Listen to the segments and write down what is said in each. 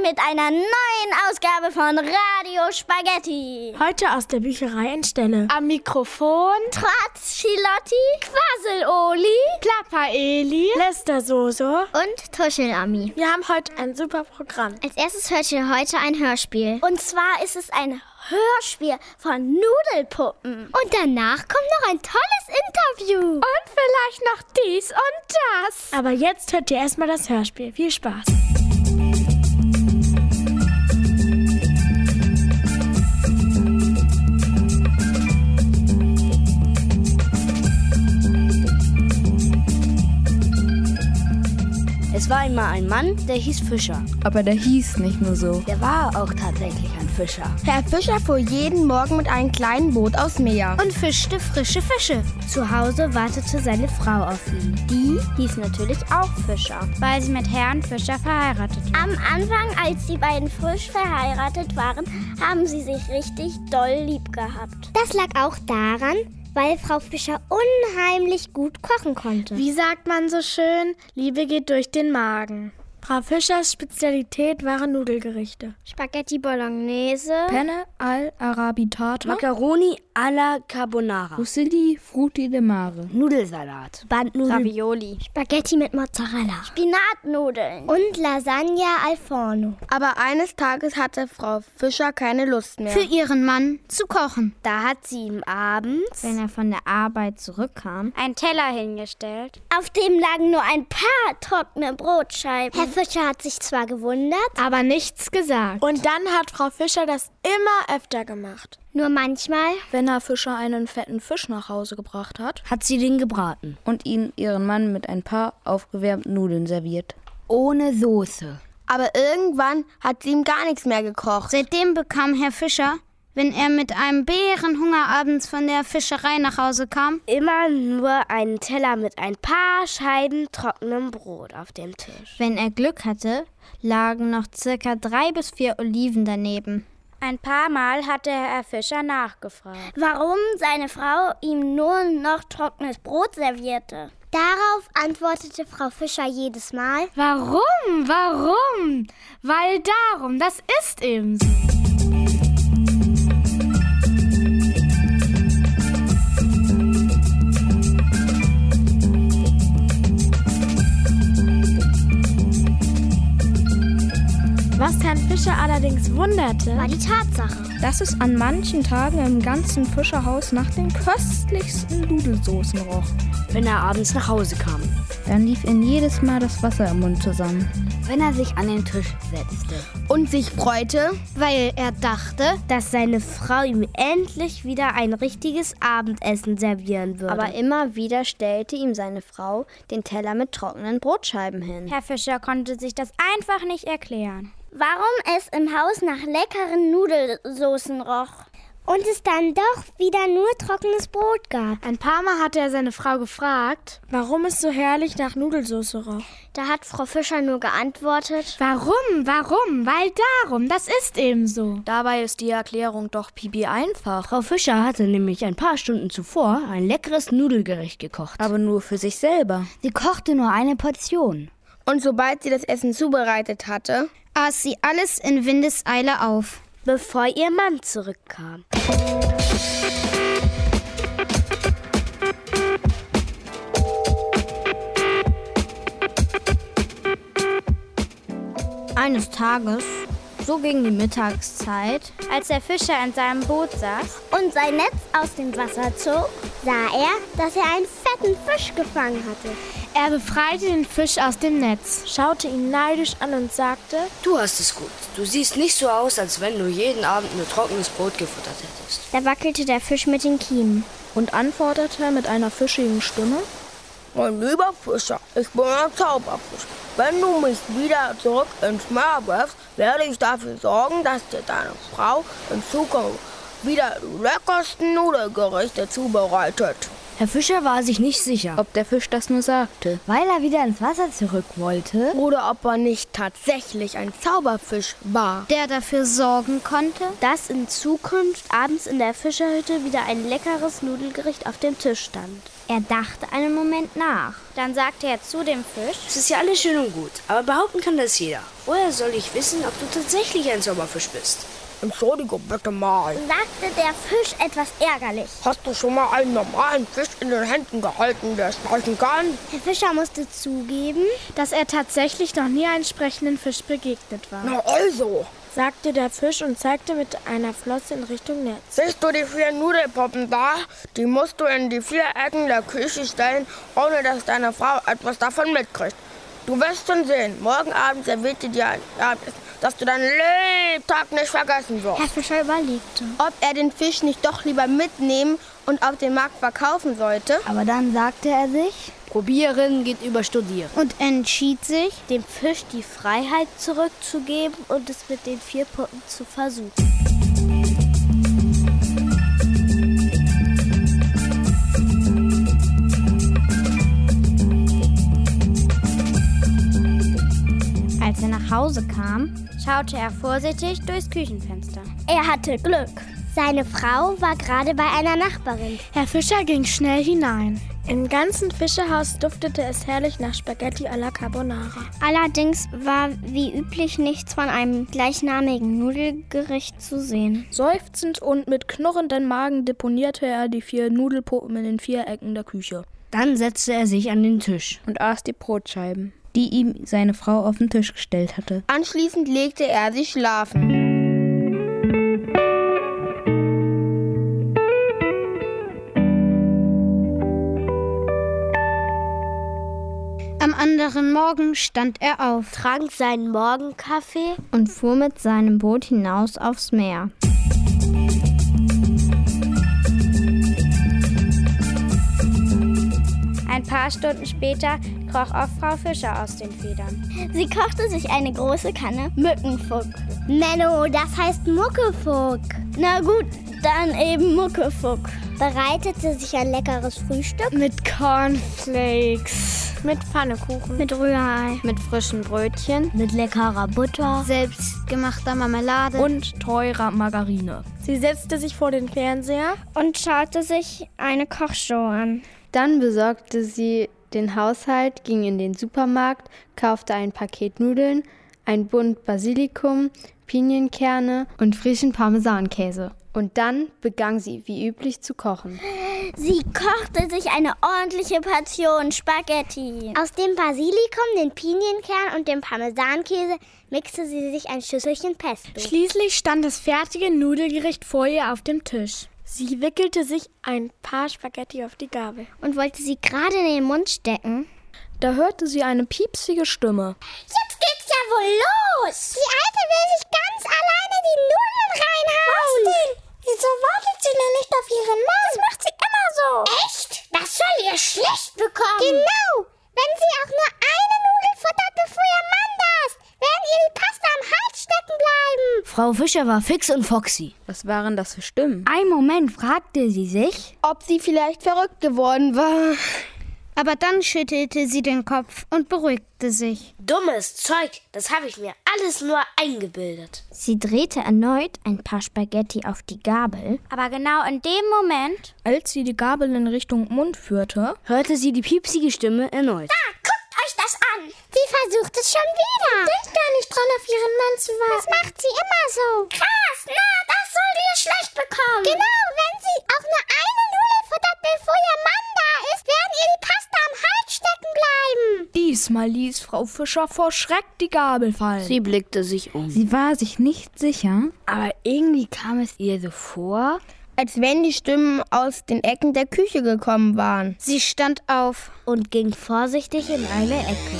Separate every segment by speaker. Speaker 1: mit einer neuen Ausgabe von Radio Spaghetti.
Speaker 2: Heute aus der Bücherei in Stelle.
Speaker 3: Am Mikrofon
Speaker 1: Trotz Schilotti, Quassel-Oli
Speaker 3: Klapper-Eli.
Speaker 2: Lester Soso.
Speaker 4: und Tuschelami.
Speaker 2: Wir haben heute ein super Programm.
Speaker 4: Als erstes hört ihr heute ein Hörspiel.
Speaker 1: Und zwar ist es ein Hörspiel von Nudelpuppen.
Speaker 4: Und danach kommt noch ein tolles Interview.
Speaker 3: Und vielleicht noch dies und das.
Speaker 2: Aber jetzt hört ihr erstmal das Hörspiel. Viel Spaß.
Speaker 5: Es war einmal ein Mann, der hieß Fischer.
Speaker 6: Aber der hieß nicht nur so.
Speaker 5: Der war auch tatsächlich ein Fischer.
Speaker 7: Herr Fischer fuhr jeden Morgen mit einem kleinen Boot aufs Meer.
Speaker 4: Und fischte frische Fische.
Speaker 5: Zu Hause wartete seine Frau auf ihn. Die hieß natürlich auch Fischer.
Speaker 8: weil sie mit Herrn Fischer verheiratet war.
Speaker 1: Am Anfang, als die beiden frisch verheiratet waren, haben sie sich richtig doll lieb gehabt.
Speaker 4: Das lag auch daran, weil Frau Fischer unheimlich gut kochen konnte.
Speaker 3: Wie sagt man so schön? Liebe geht durch den Magen.
Speaker 2: Frau Fischers Spezialität waren Nudelgerichte.
Speaker 4: Spaghetti Bolognese.
Speaker 6: Penne al arabitata,
Speaker 5: Macaroni alla Carbonara.
Speaker 6: Fusilli frutti de mare.
Speaker 5: Nudelsalat. Bandnudeln.
Speaker 2: Ravioli.
Speaker 4: Spaghetti mit Mozzarella.
Speaker 1: Spinatnudeln.
Speaker 4: Und Lasagne al forno.
Speaker 7: Aber eines Tages hatte Frau Fischer keine Lust mehr.
Speaker 4: ihren Mann zu kochen.
Speaker 7: Da hat sie ihm abends
Speaker 8: Wenn er von der Arbeit zurückkam, einen Teller hingestellt.
Speaker 1: Auf dem lagen nur ein paar trockene Brotscheiben.
Speaker 4: Herr Fischer hat sich zwar gewundert,
Speaker 3: Aber nichts gesagt.
Speaker 2: Und dann hat Frau Fischer das immer öfter gemacht.
Speaker 4: nur manchmal
Speaker 9: Wenn Herr Fischer einen fetten Fisch nach Hause gebracht hat,
Speaker 5: Hat sie den gebraten.
Speaker 6: Und ihn ihren Mann mit ein paar aufgewärmten Nudeln serviert.
Speaker 5: Ohne Soße.
Speaker 7: Aber irgendwann hat sie ihm gar nichts mehr gekocht.
Speaker 8: Seitdem bekam Herr Fischer, wenn er mit einem Bärenhunger abends von der Fischerei nach Hause kam,
Speaker 3: Immer nur einen Teller mit ein paar Scheiben trockenem Brot auf dem Tisch.
Speaker 8: wenn er Glück hatte, lagen noch circa drei bis vier Oliven daneben. Ein paar Mal hatte Herr Fischer nachgefragt.
Speaker 1: Warum seine Frau ihm nur noch trockenes Brot servierte.
Speaker 4: Darauf antwortete Frau Fischer jedes Mal.
Speaker 3: Warum? Warum? Weil darum, das ist eben so.
Speaker 2: Was Herrn Fischer allerdings wunderte,
Speaker 4: War die Tatsache.
Speaker 9: dass es an manchen Tagen im ganzen Fischerhaus nach den köstlichsten Nudelsoßen roch.
Speaker 5: Wenn er abends nach Hause kam.
Speaker 6: Dann lief ihnen jedes Mal das Wasser im Mund zusammen.
Speaker 5: Wenn er sich an den Tisch setzte.
Speaker 7: Und sich freute,
Speaker 8: Weil er dachte,
Speaker 7: dass seine Frau ihm endlich wieder ein richtiges Abendessen servieren würde.
Speaker 9: Aber immer wieder stellte ihm seine Frau den Teller mit trockenen Brotscheiben hin.
Speaker 8: Herr Fischer konnte sich das einfach nicht erklären.
Speaker 1: Warum es im Haus nach leckeren Nudelsoßen roch.
Speaker 4: Und es dann doch wieder nur trockenes Brot gab.
Speaker 3: Ein paar Mal hatte er seine Frau gefragt,
Speaker 2: warum es so herrlich nach Nudelsauce roch.
Speaker 4: Da hat Frau Fischer nur geantwortet.
Speaker 3: warum, warum, weil darum, das ist eben so.
Speaker 9: Dabei ist die Erklärung doch pipi einfach.
Speaker 5: Frau Fischer hatte nämlich ein paar Stunden zuvor ein leckeres Nudelgericht gekocht.
Speaker 6: Aber nur für sich selber.
Speaker 5: sie kochte nur eine Portion.
Speaker 7: Und sobald sie das Essen zubereitet hatte,
Speaker 8: aß sie alles in Windeseile auf.
Speaker 7: bevor ihr Mann zurückkam.
Speaker 8: Eines Tages, so gegen die Mittagszeit, als der Fischer in seinem Boot saß,
Speaker 1: Und sein Netz aus dem Wasser zog.
Speaker 4: Sah er, dass er einen fetten Fisch gefangen hatte.
Speaker 3: Er befreite den Fisch aus dem Netz.
Speaker 2: Schaute ihn neidisch an und sagte,
Speaker 5: Du hast es gut. Du siehst nicht so aus, als wenn du jeden Abend nur trockenes Brot gefuttert hättest.
Speaker 4: Da wackelte der Fisch mit den Kiemen.
Speaker 9: Und antwortete mit einer fischigen Stimme,
Speaker 7: Mein lieber Fischer, ich bin ein Zauberfisch. Wenn du mich wieder zurück ins Meer wirfst, werde ich dafür sorgen, dass dir deine Frau in Zukunft wieder die leckersten Nudelgerichte zubereitet.
Speaker 10: Der Fischer war sich nicht sicher,
Speaker 6: ob der Fisch das nur sagte.
Speaker 10: weil er wieder ins Wasser zurück wollte.
Speaker 7: Oder ob er nicht tatsächlich ein Zauberfisch war.
Speaker 8: der dafür sorgen konnte,
Speaker 1: dass in Zukunft abends in der Fischerhütte wieder ein leckeres Nudelgericht auf dem Tisch stand.
Speaker 8: er dachte einen Moment nach. Dann sagte er zu dem Fisch,
Speaker 5: Es ist ja alles schön und gut, aber behaupten kann das jeder. Woher soll ich wissen, ob du tatsächlich ein Zauberfisch bist?
Speaker 7: Entschuldigung bitte mal.
Speaker 1: Sagte der Fisch etwas ärgerlich.
Speaker 7: Hast du schon mal einen normalen Fisch in den Händen gehalten, der sprechen kann?
Speaker 4: Herr Fischer musste zugeben,
Speaker 2: Dass er tatsächlich noch nie einem sprechenden Fisch begegnet war,
Speaker 7: Na also,
Speaker 2: sagte der Fisch und zeigte mit einer Flosse in Richtung Netz.
Speaker 7: siehst du die vier Nudelpoppen da? Die musst du in die vier Ecken der Küche stellen, ohne dass deine Frau etwas davon mitkriegt. Du wirst schon sehen, morgen Abend serviert sie dir ein Abendessen, dass du deinen Lebtag nicht vergessen wirst.
Speaker 8: Herr Fischer überlegte.
Speaker 4: ob er den Fisch nicht doch lieber mitnehmen und auf dem Markt verkaufen sollte.
Speaker 10: Aber dann sagte er sich, Probieren geht über Studieren.
Speaker 8: und entschied sich,
Speaker 1: Dem Fisch die Freiheit zurückzugeben und es mit den vier Puppen zu versuchen.
Speaker 8: als er nach Hause kam, schaute er vorsichtig durchs Küchenfenster.
Speaker 1: Er hatte Glück.
Speaker 4: Seine Frau war gerade bei einer Nachbarin.
Speaker 2: Herr Fischer ging schnell hinein. Im ganzen Fischerhaus duftete es herrlich nach Spaghetti alla Carbonara.
Speaker 1: Allerdings war wie üblich nichts von einem gleichnamigen Nudelgericht zu sehen.
Speaker 9: Seufzend und mit knurrendem Magen deponierte er die vier Nudelpuppen in den vier Ecken der Küche.
Speaker 10: Dann setzte er sich an den Tisch.
Speaker 6: Und aß die Brotscheiben, die ihm seine Frau auf den Tisch gestellt hatte.
Speaker 4: Anschließend legte er sich schlafen.
Speaker 8: Am anderen Morgen stand er auf
Speaker 1: Trank seinen Morgenkaffee
Speaker 8: und fuhr mit seinem Boot hinaus aufs Meer. Ein paar Stunden später kroch auch Frau Fischer aus den Federn.
Speaker 1: Sie kochte sich eine große Kanne Mückenfuck.
Speaker 4: Menno, das heißt Muckefuck.
Speaker 1: Na gut, dann eben Muckefuck.
Speaker 4: Bereitete sich ein leckeres Frühstück.
Speaker 2: Mit Cornflakes. Mit Pfannekuchen.
Speaker 1: Mit Rührei.
Speaker 8: Mit frischen Brötchen,
Speaker 3: Mit leckerer Butter.
Speaker 8: selbstgemachter Marmelade
Speaker 9: Und teurer Margarine.
Speaker 2: Sie setzte sich vor den Fernseher.
Speaker 1: Und schaute sich eine Kochshow an.
Speaker 11: Dann besorgte sie den Haushalt, ging in den Supermarkt, kaufte ein Paket Nudeln, ein Bund Basilikum, Pinienkerne und frischen Parmesankäse. Und dann begann sie wie üblich zu kochen.
Speaker 1: Sie kochte sich eine ordentliche Portion Spaghetti.
Speaker 4: Aus dem Basilikum, den Pinienkern und dem Parmesankäse mixte sie sich ein Schüsselchen Pesto.
Speaker 2: Schließlich stand das fertige Nudelgericht vor ihr auf dem Tisch. Sie wickelte sich ein paar Spaghetti auf die Gabel.
Speaker 4: Und wollte sie gerade in den Mund stecken.
Speaker 9: Da hörte sie eine piepsige Stimme.
Speaker 4: Jetzt geht's ja wohl los. Die Alte will sich ganz alleine die Nudeln reinhauen. Was denn? Wieso wartet sie denn nicht auf ihren Mann? Das macht sie immer so. Echt? Das soll ihr schlecht bekommen. Genau. Wenn sie auch nur eine Nudel futtert, bevor ihr Mann da ist, werden ihr die Pasta am Hals stecken bleiben.
Speaker 10: Frau Fischer war fix und foxy.
Speaker 6: Was waren das für Stimmen?
Speaker 10: Ein Moment fragte sie sich,
Speaker 11: Ob sie vielleicht verrückt geworden war.
Speaker 8: Aber dann schüttelte sie den Kopf und beruhigte sich.
Speaker 5: Dummes Zeug, das habe ich mir alles nur eingebildet.
Speaker 8: Sie drehte erneut ein paar Spaghetti auf die Gabel. Aber genau in dem Moment
Speaker 9: Als sie die Gabel in Richtung Mund führte,
Speaker 10: hörte sie die piepsige Stimme erneut.
Speaker 4: Guckt euch das an. Sie versucht es schon wieder. Denkt gar nicht dran, auf ihren Mann zu warten. Das macht sie immer so. Krass, na, das sollt ihr schlecht bekommen. Genau, wenn sie auch nur eine Nudel futtert, bevor ihr Mann da ist, werden ihr die Pasta am Hals stecken bleiben.
Speaker 9: diesmal ließ Frau Fischer vor Schreck die Gabel fallen.
Speaker 5: Sie blickte sich um.
Speaker 6: Sie war sich nicht sicher,
Speaker 10: Aber irgendwie kam es ihr so vor,
Speaker 7: Als wenn die Stimmen aus den Ecken der Küche gekommen waren.
Speaker 8: Sie stand auf.
Speaker 3: Und ging vorsichtig in eine Ecke.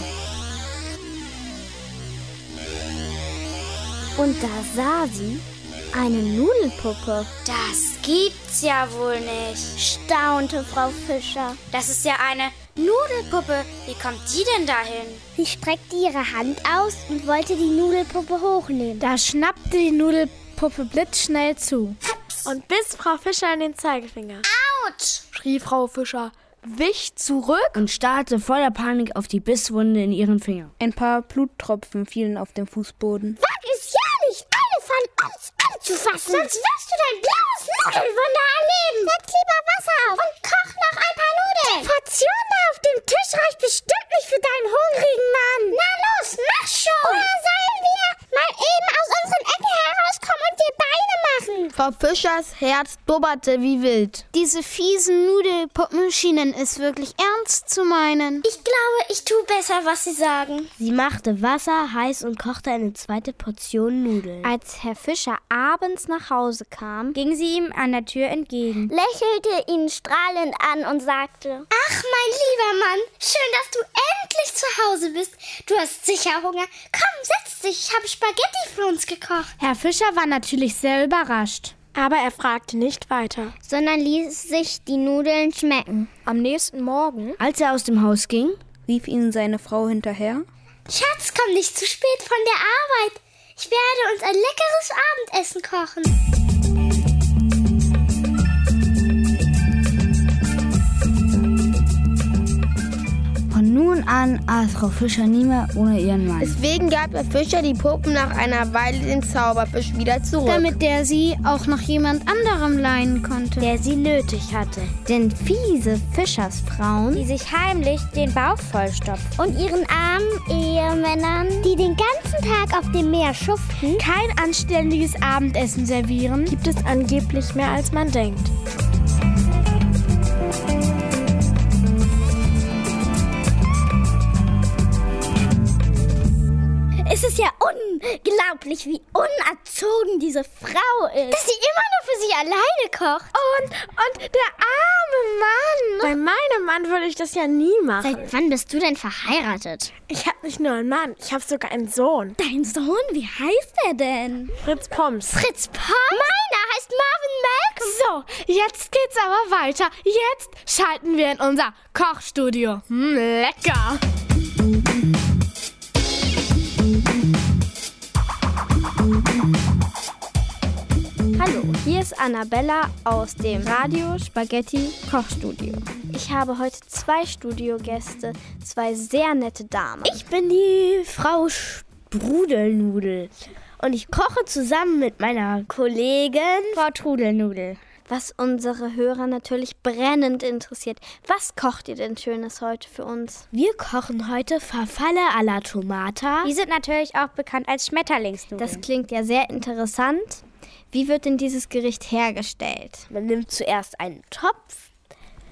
Speaker 1: Und da sah sie eine Nudelpuppe.
Speaker 8: Das gibt's ja wohl nicht.
Speaker 1: Staunte Frau Fischer.
Speaker 8: Das ist ja eine Nudelpuppe. Wie kommt die denn dahin?
Speaker 4: Sie streckte ihre Hand aus und wollte die Nudelpuppe hochnehmen.
Speaker 2: Da schnappte die Nudelpuppe blitzschnell zu. Und biss Frau Fischer in den Zeigefinger.
Speaker 8: Autsch!
Speaker 2: schrie Frau Fischer, wich zurück
Speaker 8: und starrte voller Panik auf die Bisswunde in ihren Finger.
Speaker 6: Ein paar Bluttropfen fielen auf den Fußboden.
Speaker 4: Wag es ja nicht, alle von uns anzufassen. Sonst wirst du dein blaues Nudelwunder erleben. Setz lieber Wasser auf und koch noch ein paar Nudeln. Die Portion da auf dem Tisch reicht bestimmt nicht für deinen hungrigen Mann. Na los, mach schon. Oder sollen wir mal eben aus unseren Ecken herauskommen und dir Beine machen?
Speaker 12: Frau Fischers Herz blubberte wie wild.
Speaker 13: Diese fiesen Nudelpuppen schienen es wirklich ernst zu meinen.
Speaker 14: Ich glaube, ich tue besser, was sie sagen.
Speaker 15: Sie machte Wasser heiß und kochte eine zweite Portion Nudeln.
Speaker 1: Als Herr Fischer abends nach Hause kam, ging sie ihm an der Tür entgegen.
Speaker 14: lächelte ihn strahlend an und sagte:
Speaker 4: Ach, mein lieber Mann, schön, dass du endlich zu Hause bist. Du hast sicher Hunger. Komm, setz dich, ich habe Spaghetti für uns gekocht.
Speaker 1: Herr Fischer war natürlich sehr überrascht.
Speaker 2: Aber er fragte nicht weiter.
Speaker 13: sondern ließ sich die Nudeln schmecken.
Speaker 2: Am nächsten Morgen,
Speaker 8: Als er aus dem Haus ging,
Speaker 6: rief ihn seine Frau hinterher.
Speaker 4: Schatz, komm nicht zu spät von der Arbeit. Ich werde uns ein leckeres Abendessen kochen.
Speaker 8: Von nun an aß Frau Fischer nie mehr ohne ihren Mann.
Speaker 7: Deswegen gab der Fischer die Puppen nach einer Weile den Zauberfisch wieder zurück.
Speaker 13: Damit der sie auch noch jemand anderem leihen konnte.
Speaker 1: Der sie nötig hatte.
Speaker 15: Denn fiese Fischersfrauen,
Speaker 1: die sich heimlich den Bauch vollstopft.
Speaker 14: Und ihren armen Ehemännern, die den ganzen Tag auf dem Meer schuften,
Speaker 2: kein anständiges Abendessen servieren, gibt es angeblich mehr als man denkt.
Speaker 14: Es ist ja unglaublich, wie unerzogen diese Frau ist.
Speaker 4: Dass sie immer nur für sich alleine kocht.
Speaker 2: Und, und der arme Mann. Bei meinem Mann würde ich das ja nie machen.
Speaker 13: Seit wann bist du denn verheiratet?
Speaker 2: Ich habe nicht nur einen Mann, ich habe sogar einen Sohn.
Speaker 13: Dein Sohn, wie heißt er denn?
Speaker 2: Fritz Pommes.
Speaker 13: Fritz Pommes?
Speaker 4: Meiner heißt Marvin Malcolm.
Speaker 2: So, jetzt geht's aber weiter. Jetzt schalten wir in unser Kochstudio. Hm, lecker.
Speaker 1: Hallo, hier ist Annabella aus dem Radio Spaghetti Kochstudio. Ich habe heute zwei Studiogäste, zwei sehr nette Damen.
Speaker 15: ich bin die Frau Sprudelnudel. Und ich koche zusammen mit meiner Kollegin Frau Trudelnudel.
Speaker 1: Was unsere Hörer natürlich brennend interessiert. Was kocht ihr denn Schönes heute für uns?
Speaker 15: Wir kochen heute Verfalle à la Tomata.
Speaker 1: Die sind natürlich auch bekannt als Schmetterlingsnudeln. Das klingt ja sehr interessant. Wie wird denn dieses Gericht hergestellt?
Speaker 15: Man nimmt zuerst einen Topf,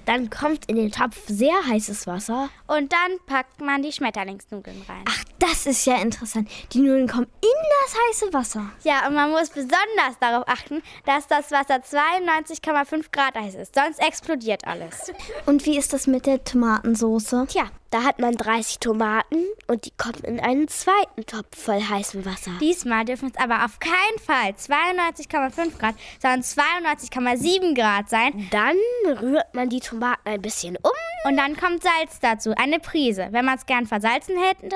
Speaker 15: dann kommt in den Topf sehr heißes Wasser.
Speaker 1: Und dann packt man die Schmetterlingsnudeln rein.
Speaker 15: Ach, das ist ja interessant. Die Nudeln kommen in das heiße Wasser.
Speaker 1: Ja, und man muss besonders darauf achten, dass das Wasser 92,5 Grad heiß ist. Sonst explodiert alles.
Speaker 13: Und wie ist das mit der Tomatensoße?
Speaker 15: Tja, da hat man 30 Tomaten und die kommen in einen zweiten Topf voll heißem Wasser.
Speaker 1: Diesmal dürfen es aber auf keinen Fall 92,5 Grad, sondern 92,7 Grad sein.
Speaker 15: Dann rührt man die Tomaten ein bisschen um.
Speaker 1: Und dann kommt Salz dazu, eine Prise. Wenn man es gern versalzen hätte,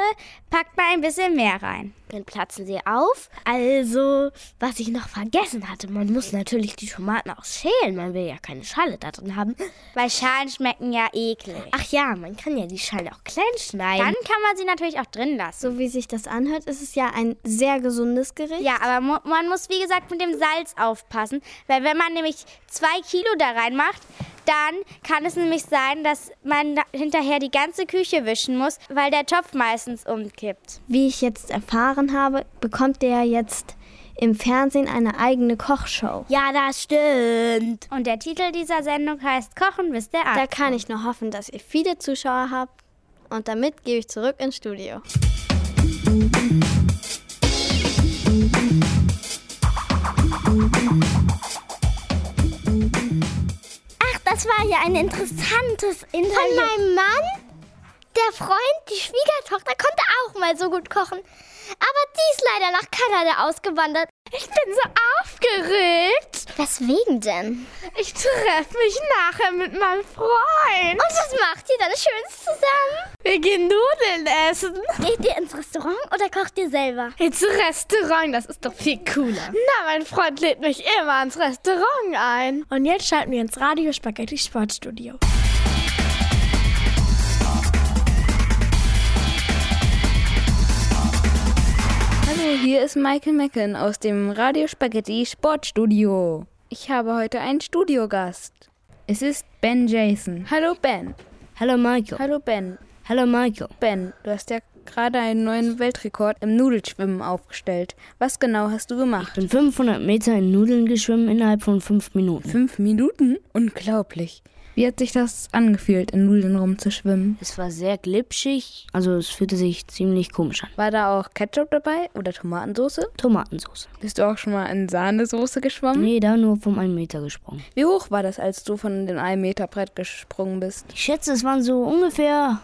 Speaker 1: packt man ein bisschen mehr rein.
Speaker 15: Dann platzen sie auf. Also, was ich noch vergessen hatte, man muss natürlich die Tomaten auch schälen. Man will ja keine Schale da drin haben.
Speaker 1: Weil Schalen schmecken ja eklig.
Speaker 15: Ach ja, man kann ja die Schale auch klein schneiden.
Speaker 1: Dann kann man sie natürlich auch drin lassen.
Speaker 8: So wie sich das anhört, ist es ja ein sehr gesundes Gericht.
Speaker 1: Ja, aber mu- man muss wie gesagt mit dem Salz aufpassen, weil wenn man nämlich zwei Kilo da reinmacht, dann kann es nämlich sein, dass man da- hinterher die ganze Küche wischen muss, weil der Topf meistens umkippt.
Speaker 8: Wie ich jetzt erfahren habe, bekommt der jetzt im Fernsehen eine eigene Kochshow.
Speaker 15: ja, das stimmt.
Speaker 1: Und der Titel dieser Sendung heißt Kochen bis der Arzt.
Speaker 8: Da kann ich nur hoffen, dass ihr viele Zuschauer habt. Und damit gebe ich zurück ins Studio.
Speaker 14: Ach, das war ja ein interessantes Interview. Von meinem Mann, der Freund, die Schwiegertochter konnte auch mal so gut kochen. Aber die ist leider nach Kanada ausgewandert.
Speaker 2: Ich bin so aufgeregt.
Speaker 4: Weswegen denn?
Speaker 2: Ich treffe mich nachher mit meinem Freund.
Speaker 4: Und was macht ihr dann schönes zusammen?
Speaker 2: Wir gehen Nudeln essen.
Speaker 4: Geht ihr ins Restaurant oder kocht ihr selber?
Speaker 2: Ins Restaurant, das ist doch viel cooler. Na, mein Freund lädt mich immer ins Restaurant ein. Und jetzt schalten wir ins Radio Spaghetti Sportstudio.
Speaker 6: Hallo, hier ist Michael Mecken aus dem Radio Spaghetti Sportstudio. Ich habe heute einen Studiogast. Es ist Ben Jason. Hallo Ben.
Speaker 8: Hallo Michael.
Speaker 6: Hallo Ben.
Speaker 8: Hallo Michael.
Speaker 6: Ben, du hast ja gerade einen neuen Weltrekord im Nudelschwimmen aufgestellt. Was genau hast du gemacht?
Speaker 8: Bin 500 Meter in Nudeln geschwommen innerhalb von fünf Minuten.
Speaker 6: Fünf Minuten? Unglaublich. Wie hat sich das angefühlt, in Nudeln rumzuschwimmen?
Speaker 8: Es war sehr glitschig, also es fühlte sich ziemlich komisch an.
Speaker 6: War da auch Ketchup dabei oder Tomatensoße?
Speaker 8: Tomatensauce.
Speaker 6: Bist du auch schon mal in Sahnesoße geschwommen?
Speaker 8: Nee, da nur vom 1 Meter gesprungen.
Speaker 6: Wie hoch war das, als du von den 1 Meter Brett gesprungen bist?
Speaker 8: Ich schätze, es waren so ungefähr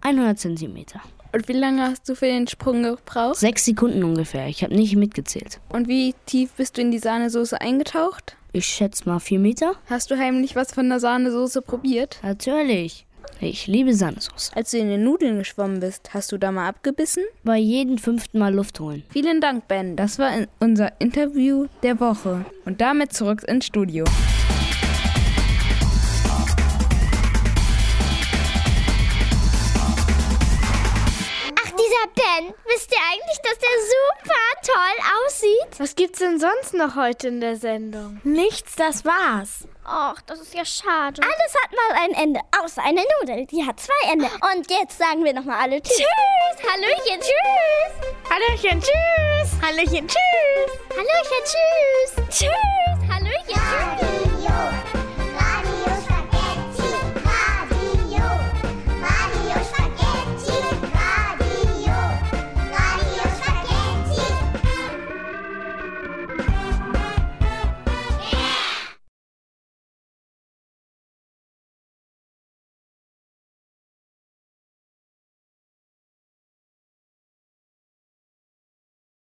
Speaker 8: 100 Zentimeter.
Speaker 6: Und wie lange hast du für den Sprung gebraucht?
Speaker 8: Sechs Sekunden ungefähr. Ich habe nicht mitgezählt.
Speaker 6: Und wie tief bist du in die Sahnesoße eingetaucht?
Speaker 8: Ich schätze mal vier Meter.
Speaker 6: Hast du heimlich was von der Sahnesoße probiert?
Speaker 8: Natürlich. Ich liebe Sahnesoße.
Speaker 6: Als du in den Nudeln geschwommen bist, hast du da mal abgebissen?
Speaker 8: Bei jedem fünften Mal Luft holen.
Speaker 6: Vielen Dank, Ben. Das war in- unser Interview der Woche. Und damit zurück ins Studio.
Speaker 4: Ach, dieser Ben. Wisst ihr eigentlich, dass der super toll aussieht?
Speaker 2: Was gibt's denn sonst noch heute in der Sendung? Nichts, das war's.
Speaker 4: Och, das ist ja schade. Alles hat mal ein Ende, außer eine Nudel. Die hat zwei Ende. Und jetzt sagen wir nochmal alle Tschüss. Tschüss. Hallöchen, tschüss.
Speaker 2: Hallöchen, tschüss. Hallöchen, tschüss.
Speaker 4: Hallöchen, tschüss. Tschüss.